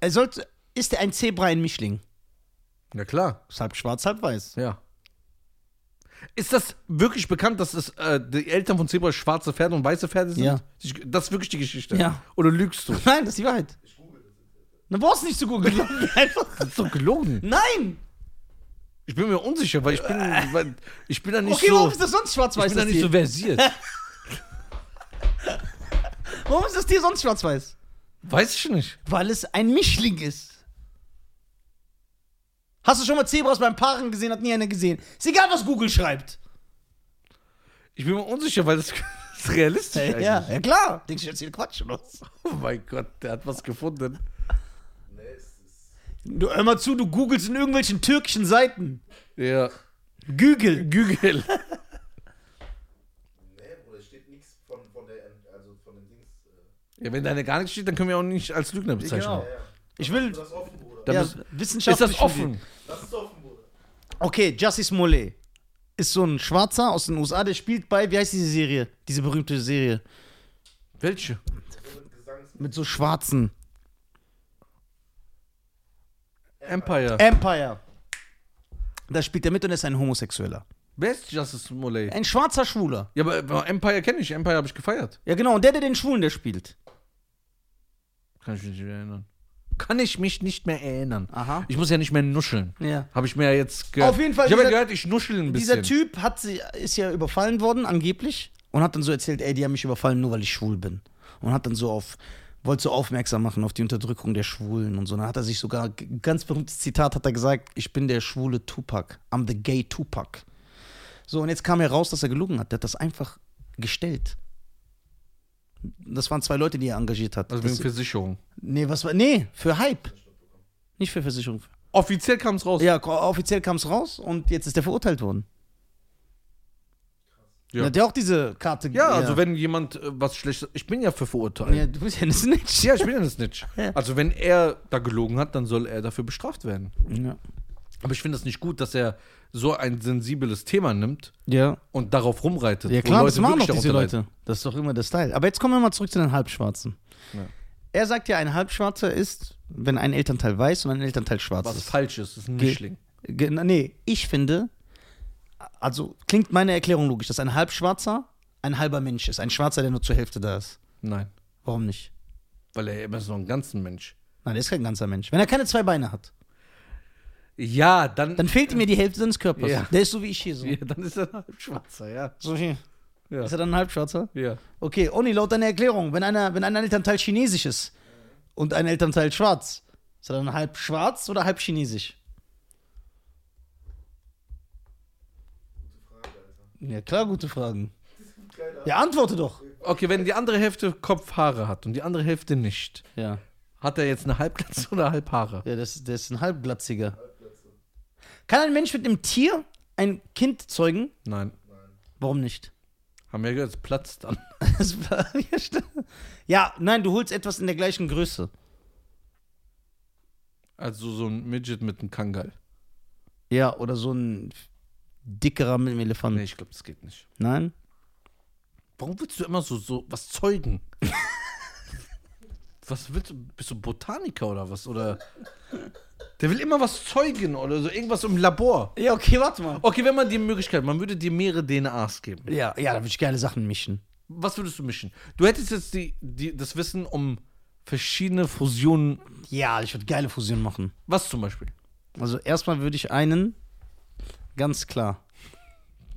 A: er sollte, ist er ein Zebra ein Mischling?
B: Na klar.
A: Ist halb schwarz, halb weiß.
B: Ja. Ist das wirklich bekannt, dass es äh, die Eltern von Zebra schwarze Pferde und weiße Pferde sind?
A: Ja.
B: Ich, das ist wirklich die Geschichte.
A: Ja.
B: Oder lügst du?
A: Nein, das ist die Wahrheit.
C: Ich google das jetzt.
A: Dann brauchst du nicht zu googeln. Einfach.
B: Das ist doch gelogen.
A: Nein!
B: Ich bin mir unsicher, weil ich bin, weil ich bin da nicht
A: okay,
B: so.
A: warum ist das sonst
B: ich
A: schwarz-weiß?
B: bin da
A: das
B: nicht so
A: Tier?
B: versiert.
A: <laughs> warum ist das Tier sonst schwarz-weiß?
B: Weiß ich nicht.
A: Weil es ein Mischling ist. Hast du schon mal Zebras beim Paaren gesehen? Hat nie einer gesehen. Ist egal, was Google schreibt.
B: Ich bin mir unsicher, weil das, <laughs> das ist realistisch
A: Ja,
B: eigentlich.
A: ja klar. Denkst du jetzt hier Quatsch oder was?
B: Oh mein Gott, der hat was gefunden.
C: Nee, es ist.
A: Du, hör mal zu, du googelst in irgendwelchen türkischen Seiten.
B: Ja.
A: Google.
B: Gügel.
C: Nee, Bruder, es steht nichts von, von der. Ent- Also von den Dings. Äh,
B: Ja, wenn da gar nichts steht, dann können wir auch nicht als Lügner bezeichnen.
A: Genau.
C: ja, ja.
A: Ich
C: Ist
A: will.
C: das offen, Bruder?
B: Da
A: Ja,
B: müssen- Ist
A: wissenschaftlich.
B: das offen?
C: Das ist offen, Bruder.
A: Okay, Justice Smollett ist so ein Schwarzer aus den USA, der spielt bei, wie heißt diese Serie? Diese berühmte Serie.
B: Welche?
C: So ein Gesangs.
A: Mit so Schwarzen.
B: Empire.
A: Empire. Da spielt er mit und ist ein Homosexueller.
B: Wer ist Justice Smollett?
A: Ein schwarzer Schwuler.
B: Ja, aber- aber Empire kenne ich. Empire habe ich gefeiert.
A: Ja, genau. Und der, der den Schwulen, der spielt.
B: Kann ich mich nicht mehr erinnern. Kann ich mich nicht mehr erinnern.
A: Aha.
B: Ich muss ja nicht mehr nuscheln.
A: Ja.
B: Habe ich mir ja jetzt gehört.
A: Auf jeden Fall
B: Ich habe ja
A: dieser-
B: gehört, ich nuschel ein bisschen.
A: Dieser Typ hat sie, ist ja überfallen worden, angeblich, und hat dann so erzählt, ey, die haben mich überfallen, nur weil ich schwul bin. Und hat dann so auf, wollte so aufmerksam machen auf die Unterdrückung der Schwulen und so. Dann hat er sich sogar, g- ganz berühmtes Zitat hat er gesagt, ich bin der schwule Tupac, I'm the gay Tupac. So, und jetzt kam heraus, dass er gelogen hat. Der hat das einfach gestellt. Das waren zwei Leute, die er engagiert hat.
B: Also wegen
A: das,
B: Versicherung.
A: nee, was war, nee, für Hype. Nicht für Versicherung.
B: Offiziell kam es raus.
A: Ja, ko- offiziell kam es raus und jetzt ist er verurteilt worden.
B: Ja.
A: Ja. Hat ja auch diese Karte
B: Ja, also wenn jemand äh, was Schlechtes. Ich bin ja für verurteilt.
A: Ja, du bist ja eine Snitch.
B: Ja, ich bin ja ein Snitch.
A: Ja.
B: Also wenn er da gelogen hat, dann soll er dafür bestraft werden.
A: Ja.
B: Aber ich finde es nicht gut, dass er so ein sensibles Thema nimmt
A: Ja,
B: und darauf rumreitet.
A: ja
B: wo
A: klar, das machen
B: wirklich
A: doch diese
B: darunter leiden.
A: Leute. Das ist doch immer der Style. Aber jetzt kommen wir mal zurück zu den Halbschwarzen.
B: Ja.
A: Er sagt ja, ein Halbschwarzer ist, wenn ein Elternteil weiß und ein Elternteil schwarz
B: Was
A: ist.
B: falsch ist, ist ein
A: Ge-
B: Mischling.
A: Ge- Nee, ich finde, also klingt meine Erklärung logisch, dass ein Halbschwarzer ein halber Mensch ist. Ein Schwarzer, der nur zur Hälfte da ist.
B: Nein,
A: Warum nicht?
B: weil er immer so einen ganzen Mensch.
A: Nein, der ist kein ganzer Mensch. Wenn er keine zwei Beine hat.
B: Ja, dann,
A: Dann fehlt ihm ja die Hälfte seines Körpers.
B: Ja.
A: Der ist so wie ich hier so.
B: <laughs> ja, dann ist er <laughs> ein Halbschwarzer, ja.
A: So hier.
B: Ja.
A: Ist er dann ein Halbschwarzer?
B: ja.
A: Okay, Oni, laut deiner Erklärung, wenn, einer, wenn ein Elternteil chinesisch ist und ein Elternteil schwarz, ist er dann halb schwarz oder halb chinesisch?
C: Gute Frage, Alter.
A: Ja, klar, gute Fragen.
C: Keine Ahnung.
A: Ja, antworte doch.
B: Okay, wenn die andere Hälfte Kopfhaare hat und die andere Hälfte nicht,
A: Ja,
B: hat er jetzt eine Halbglatze <laughs> oder Halbhaare?
A: ja das, der ist ein halbglatziger.
C: Halbplätze.
A: Kann ein Mensch mit einem Tier ein Kind zeugen?
B: Nein.
A: Warum nicht?
B: Haben wir gehört, es platzt dann.
A: <laughs> Das war, ja, stimmt. ja, nein, du holst etwas in der gleichen Größe.
B: Also so ein Midget mit einem Kangal.
A: Ja, oder so ein dickerer mit einem Elefanten.
B: Nee, ich glaube, das geht nicht.
A: Nein?
B: Warum willst du immer so, so was zeugen? <laughs> was willst du? Bist du Botaniker oder was? Oder. Der will immer was zeugen oder so irgendwas im Labor.
A: Ja, okay, warte mal.
B: Okay, wenn man dir Möglichkeit, man würde dir mehrere DNAs geben.
A: Ja, ja, da würde ich geile Sachen mischen.
B: Was würdest du mischen? Du hättest jetzt die, die, das Wissen um verschiedene Fusionen.
A: Ja, ich würde geile Fusion machen.
B: Was zum Beispiel?
A: Also erstmal würde ich einen, ganz klar.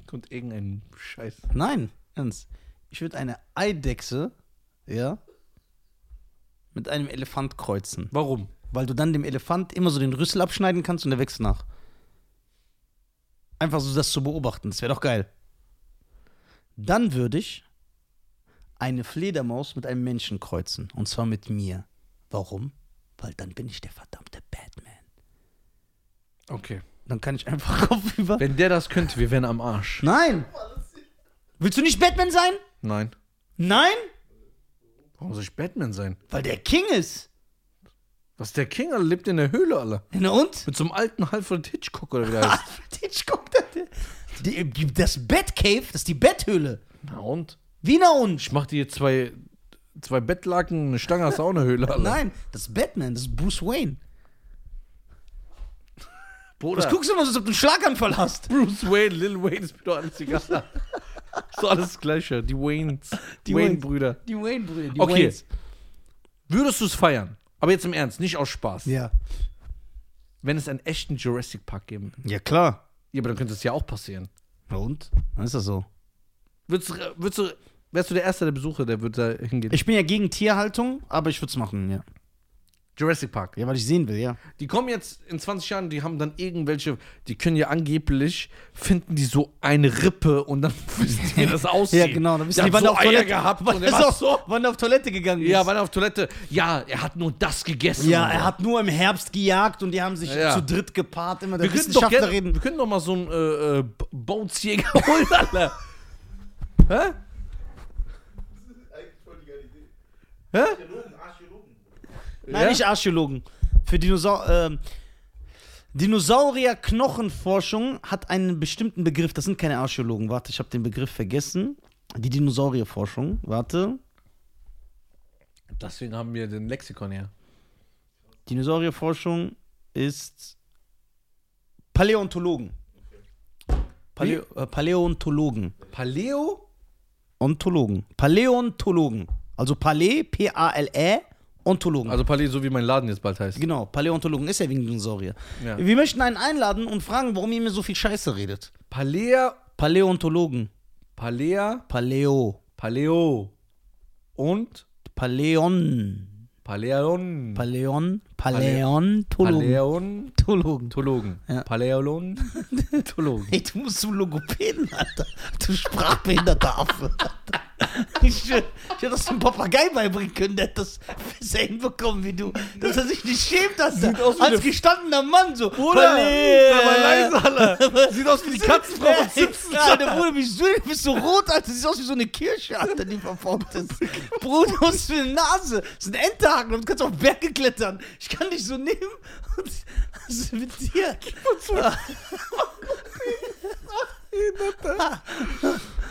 B: Kommt irgendein Scheiß.
A: Nein, ernst. Ich würde eine Eidechse, ja, mit einem Elefant kreuzen.
B: Warum?
A: Weil du dann dem Elefant immer so den Rüssel abschneiden kannst und der wächst nach. Einfach so das zu beobachten, das wäre doch geil. Dann würde ich eine Fledermaus mit einem Menschen kreuzen. Und zwar mit mir. Warum? Weil dann bin ich der verdammte Batman.
B: Okay.
A: Dann kann ich einfach <laughs> kopfüber.
B: Wenn der das könnte, wir wären am Arsch.
A: Nein! Willst du nicht Batman sein?
B: Nein.
A: Nein?
B: Warum soll ich Batman sein?
A: Weil der King ist.
B: Was der King alle lebt in der Höhle alle.
A: Na und? <laughs>
B: Mit so einem alten Alfred Hitchcock oder wie <laughs> der heißt.
A: Alfred Hitchcock, der- die, die, das Batcave, das ist die Betthöhle.
B: Na Ah, und?
A: Wie na und?
B: Ich mach dir zwei, zwei Bettlaken, eine Stange, hast du auch eine Höhle alle.
A: Nein, das ist Batman, das ist Bruce Wayne.
B: Bruder.
A: Was guckst du immer so, als ob du einen Schlaganfall hast?
B: Bruce Wayne, Lil Wayne ist mir doch alles egal. <laughs> ist doch alles das Gleiche. Die Waynes. <laughs> Die
A: Die
B: Wayne-Brüder.
A: Die Wayne-Brüder, die
B: Okay.
A: Waynes.
B: Würdest du es feiern? Aber jetzt im Ernst, nicht aus Spaß.
A: Ja.
B: Wenn es einen echten Jurassic Park geben würde.
A: Ja, klar.
B: Ja, aber dann könnte es ja auch passieren.
A: Na und? Dann ist das so.
B: Würdest, du- würdest du, wärst du der Erste der Besucher, der würde da hingehen?
A: Ich bin ja gegen Tierhaltung, aber ich würde es machen, ja.
B: Jurassic Park.
A: Ja, weil ich sehen will, ja.
B: Die kommen jetzt in 20 Jahren, die haben dann irgendwelche, die können ja angeblich, finden die so eine Rippe und dann <laughs> wissen die, wie das aussieht.
A: Ja, genau. Dann wissen
B: Der
A: die,
B: hat
A: wann
B: so
A: er auf Toilette
B: gehabt
A: Wann
B: und er
A: er
B: war
A: auf,
B: so.
A: wann er auf Toilette gegangen ist.
B: Ja, weil er auf Toilette. Ja, er hat nur das gegessen.
A: Ja,
B: und
A: er
B: so.
A: hat nur im Herbst gejagt und die haben sich
B: Ja.
A: zu dritt gepaart, immer der
B: Wir könnten, doch
A: Wissenschaftler
B: gerne,
A: reden.
B: wir könnten doch mal so einen äh, äh, B- Bootsjäger <laughs> holen, alle. Hä?
C: Eigentlich voll die geile Idee.
B: Hä?
C: Archäologen, Archäologen.
A: Nein,
B: Ja?
A: nicht Archäologen. Für Dinosaur ähm, Dinosaurier-Knochenforschung hat einen bestimmten Begriff. Das sind keine Archäologen. Warte, ich habe den Begriff vergessen. Die Dinosaurierforschung. Warte.
B: Deswegen haben wir den Lexikon her.
A: Dinosaurierforschung ist Paläontologen. Palä äh, Paläontologen.
B: Paleo?
A: Ontologen. Paläontologen. Also Palä, P-A-L-E, Ontologen.
B: Also Paleo, so wie mein Laden jetzt bald heißt.
A: genau, Paläontologen ist ja wegen Dinosaurier.
B: Ja.
A: Wir möchten einen einladen und fragen, warum ihr mir so viel Scheiße redet.
B: Palea,
A: Paläontologen.
B: Palea,
A: Paläo.
B: Paleo und
A: Paläon.
B: Paleon.
A: Paläon. Paläontologen.
B: Paleon.
A: Paläontologen.
B: Tologen.
A: Ja.
B: Paleolon. <laughs> Tologen.
A: Ey, du musst zum Logopäden, Alter. Du sprachbehinderter Affe. Alter. Ich, schwör, ich hätte das dem Papagei beibringen können, der hätte das besser hinbekommen wie du. Dass er sich nicht schämt, dass er
B: aus wie
A: als
B: eine-
A: gestandener Mann so.
B: Bruder,
A: Palä-
B: sei mal leise, Alter. <laughs> Sieht aus wie die Katzenfrau von
A: Ey,
B: Simpsons,
A: Ja, der Bruder, bist du, du bist so rot, Alter. Siehst aus wie so eine Kirsche, Alter, die verformt ist. Bruder, was ist für eine Nase? Das ist ein Enterhaken und du kannst auf Berge klettern. Ich kann dich so nehmen. Und, was ist mit dir? <laughs>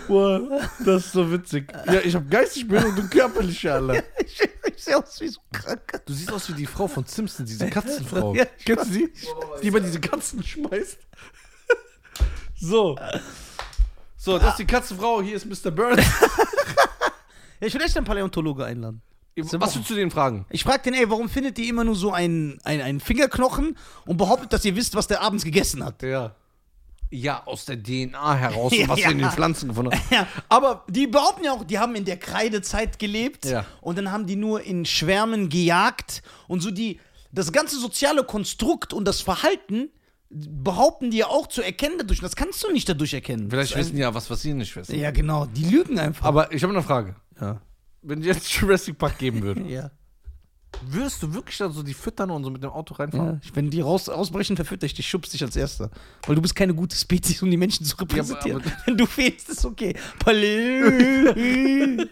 B: Boah, das ist so witzig. Ja, ich hab geistig Bildung und du körperliche, Alter.
A: Ich, ich sehe aus wie so ein kranker.
B: Du siehst aus wie die Frau von Simpsons, diese Katzenfrau.
A: Ja,
B: Kennst du die? Die immer diese Katzen schmeißt. <laughs> So. So, das ist die Katzenfrau, hier ist Mr. Burns.
A: Ja, ich will echt einen Paläontologe einladen.
B: Was willst du denen fragen?
A: Ich frage den, ey, warum findet ihr immer nur so einen, einen, einen Fingerknochen und behauptet, dass ihr wisst, was der abends gegessen hat?
B: Ja. Ja, aus der DNA <laughs> heraus,
A: Ja.
B: was wir in den Pflanzen gefunden haben.
A: Ja, aber die behaupten ja auch, die haben in der Kreidezeit gelebt
B: Ja.
A: und dann haben die nur in Schwärmen gejagt und so die, das ganze soziale Konstrukt und das Verhalten behaupten die ja auch zu erkennen dadurch. Das kannst du nicht dadurch erkennen.
B: Vielleicht wissen die ja was, was sie nicht wissen.
A: Ja, genau, die lügen einfach.
B: Aber ich habe eine Frage.
A: Ja.
B: Wenn es jetzt <laughs> Jurassic Park geben würde,
A: Ja.
B: <laughs> würdest du wirklich dann so die füttern und so mit dem Auto reinfahren?
A: Ja, wenn die raus, ausbrechen, verfütter ich dich, schubst dich als Erster. Weil du bist keine gute Spezies, um die Menschen zu repräsentieren.
B: aber-
A: wenn du fehlst, ist okay. Palä-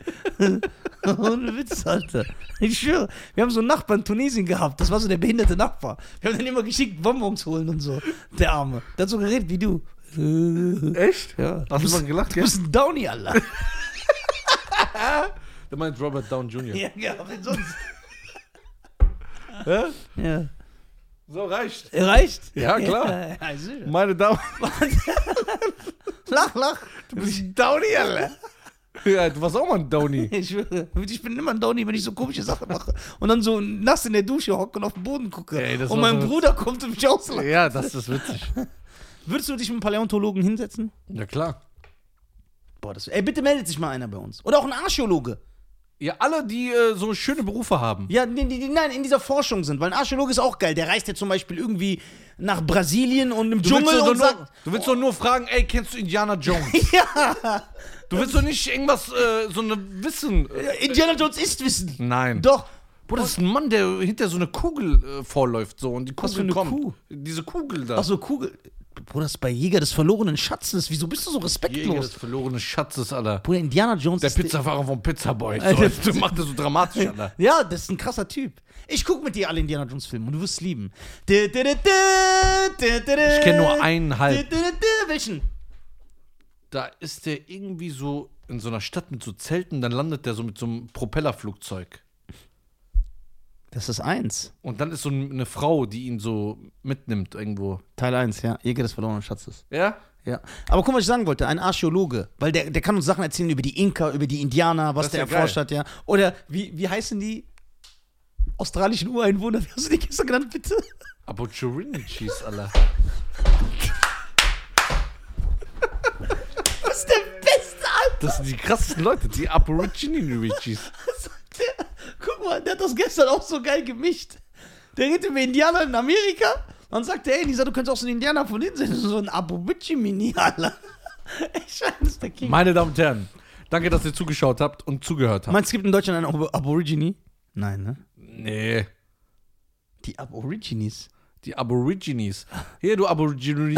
A: Ohne Witz, Alter. Ich schwöre, wir haben so einen Nachbarn in Tunesien gehabt. Das war so der behinderte Nachbar. Wir haben dann immer geschickt, Bonbons holen und so. Der Arme. Der hat so geredet wie du.
B: Echt?
A: Ja.
B: Hast du mal gelacht,
A: Du
B: gell?
A: bist ein Downy, Alter. <laughs>
B: Du meinst Robert Down Jr.
A: ja, ja, wenn sonst.
B: Hä?
A: Ja.
B: So reicht.
A: Reicht?
B: Ja, klar.
A: Ja, also.
B: Meine Damen.
A: Lach, lach.
B: Du bist ein Downy, Alter. <laughs> Ja, du warst auch mal ein Downy.
A: Ich schwöre, ich bin immer ein Downy, wenn ich so komische Sachen mache. Und dann so nass in der Dusche hocke und auf den Boden gucke.
B: Ey, das
A: und
B: war
A: mein
B: so-
A: Bruder kommt und mich auslacht.
B: Ja, das ist witzig.
A: Würdest du dich mit einem Paläontologen hinsetzen?
B: Ja, klar.
A: Boah, das. Ey, bitte meldet sich mal einer bei uns. Oder auch ein Archäologe.
B: Ja, alle, die äh, so schöne Berufe haben.
A: Ja, die, die, die nein, in dieser Forschung sind. Weil ein Archäologe ist auch geil. Der reist ja zum Beispiel irgendwie nach Brasilien und im
B: willst
A: Dschungel
B: doch
A: und
B: nur,
A: sagt.
B: du willst doch nur fragen, ey, kennst du Indiana Jones? <laughs>
A: Ja,
B: Du willst doch nicht irgendwas, äh, so eine Wissen. Äh,
A: Indiana Jones ist Wissen.
B: nein.
A: Doch.
B: Bruder, das ist ein Mann, der hinter so eine Kugel äh, vorläuft so und die Kugel
A: Was für eine
B: kommt.
A: Kuh?
B: Diese Kugel da.
A: Achso, Kugel. Bruder, das ist bei Jäger des verlorenen Schatzes. Wieso bist du so
B: Jäger
A: respektlos?
B: des verlorenen Schatzes, Alter.
A: Bruder, Indiana Jones
B: Der
A: ist.
B: Pizzafahrer
A: <laughs>
B: vom Pizzaboy.
A: Alter.
B: So, <laughs> du machst das so dramatisch, Alter.
A: Ja, das ist ein krasser Typ. Ich guck mit dir alle Indiana Jones Filme und du wirst es lieben. Ich kenne
B: kenn nur einen halb.
A: Welchen?
B: Da ist der irgendwie so in so einer Stadt mit so Zelten, dann landet der so mit so einem Propellerflugzeug.
A: Das ist eins.
B: Und dann ist so eine Frau, die ihn so mitnimmt irgendwo.
A: Teil 1, ja. Jäger des verlorenen Schatzes.
B: Ja?
A: Ja. Aber guck mal, was ich sagen wollte, ein Archäologe, weil der, der kann uns Sachen erzählen über die Inka, über die Indianer, was
B: Das ist
A: der
B: ja
A: erforscht hat, ja. Oder wie, wie heißen die australischen Ureinwohner? Wie hast du die gestern genannt, bitte?
B: Aborigines, Alter.
A: Das ist der beste Alter.
B: Das sind die krassesten Leute,
A: <laughs>
B: die Aborigines.
A: sagt der, <laughs> guck mal, der hat das gestern auch so geil gemischt. Der redet über Indianer in Amerika und sagt, ey, Lisa, du könntest auch so einen Indianer von hinten sein. <laughs> So ein <laughs> Abubichimini, Alter. Ey, scheiße, der King.
B: Meine Damen und Herren, danke, dass ihr zugeschaut habt und zugehört habt.
A: Meinst du, es gibt in Deutschland einen Ab Aborigine? Nein, ne?
B: Nee.
A: Die Aborigines.
B: Die Aborigines. Hier,
A: <laughs>
B: du Aborigines.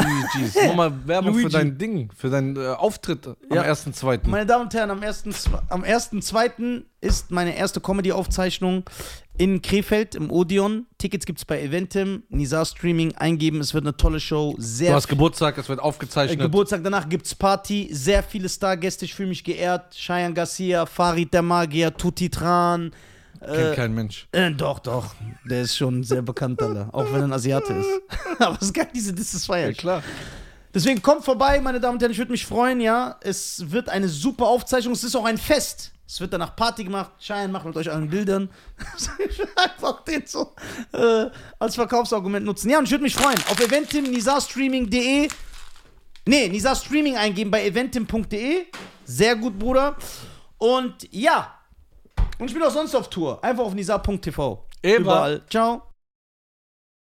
B: Mach mal Werbung für
A: Luigi.
B: dein Ding, für deinen äh, Auftritt am
A: Ja.
B: 1.2.
A: Meine Damen und Herren, am 1.2. am 1.2. ist meine erste Comedy-Aufzeichnung in Krefeld im Odeon. Tickets gibt's bei Eventim, Nizar Streaming, eingeben. Es wird eine tolle Show. Sehr
B: Du hast Geburtstag, es wird aufgezeichnet.
A: Äh, Geburtstag danach gibt's Party, sehr viele Stargäste, ich fühle mich geehrt. Cheyenne Garcia, Farid der Magier, Tuti Tran.
B: Kennt
A: Äh,
B: kein Mensch.
A: äh, doch, doch. <laughs> Der ist schon sehr bekannt, Alter. Auch wenn er ein Asiate ist. Aber es ist geil, diese Disses feiern.
B: klar.
A: Deswegen kommt vorbei, meine Damen und Herren, ich würde mich freuen, ja. Es wird eine super Aufzeichnung, es ist auch ein Fest. Es wird danach Party gemacht, Schein macht mit euch allen Bildern. <laughs> ich will einfach den so äh, als Verkaufsargument nutzen. Ja, und ich würde mich freuen. Auf eventim-nisastreaming.de Nee, Nisa Streaming eingeben bei eventim.de. Sehr gut, Bruder. Und ja. Und ich bin auch sonst auf Tour. Einfach auf nisa.tv.
B: Immer.
A: Überall. Ciao.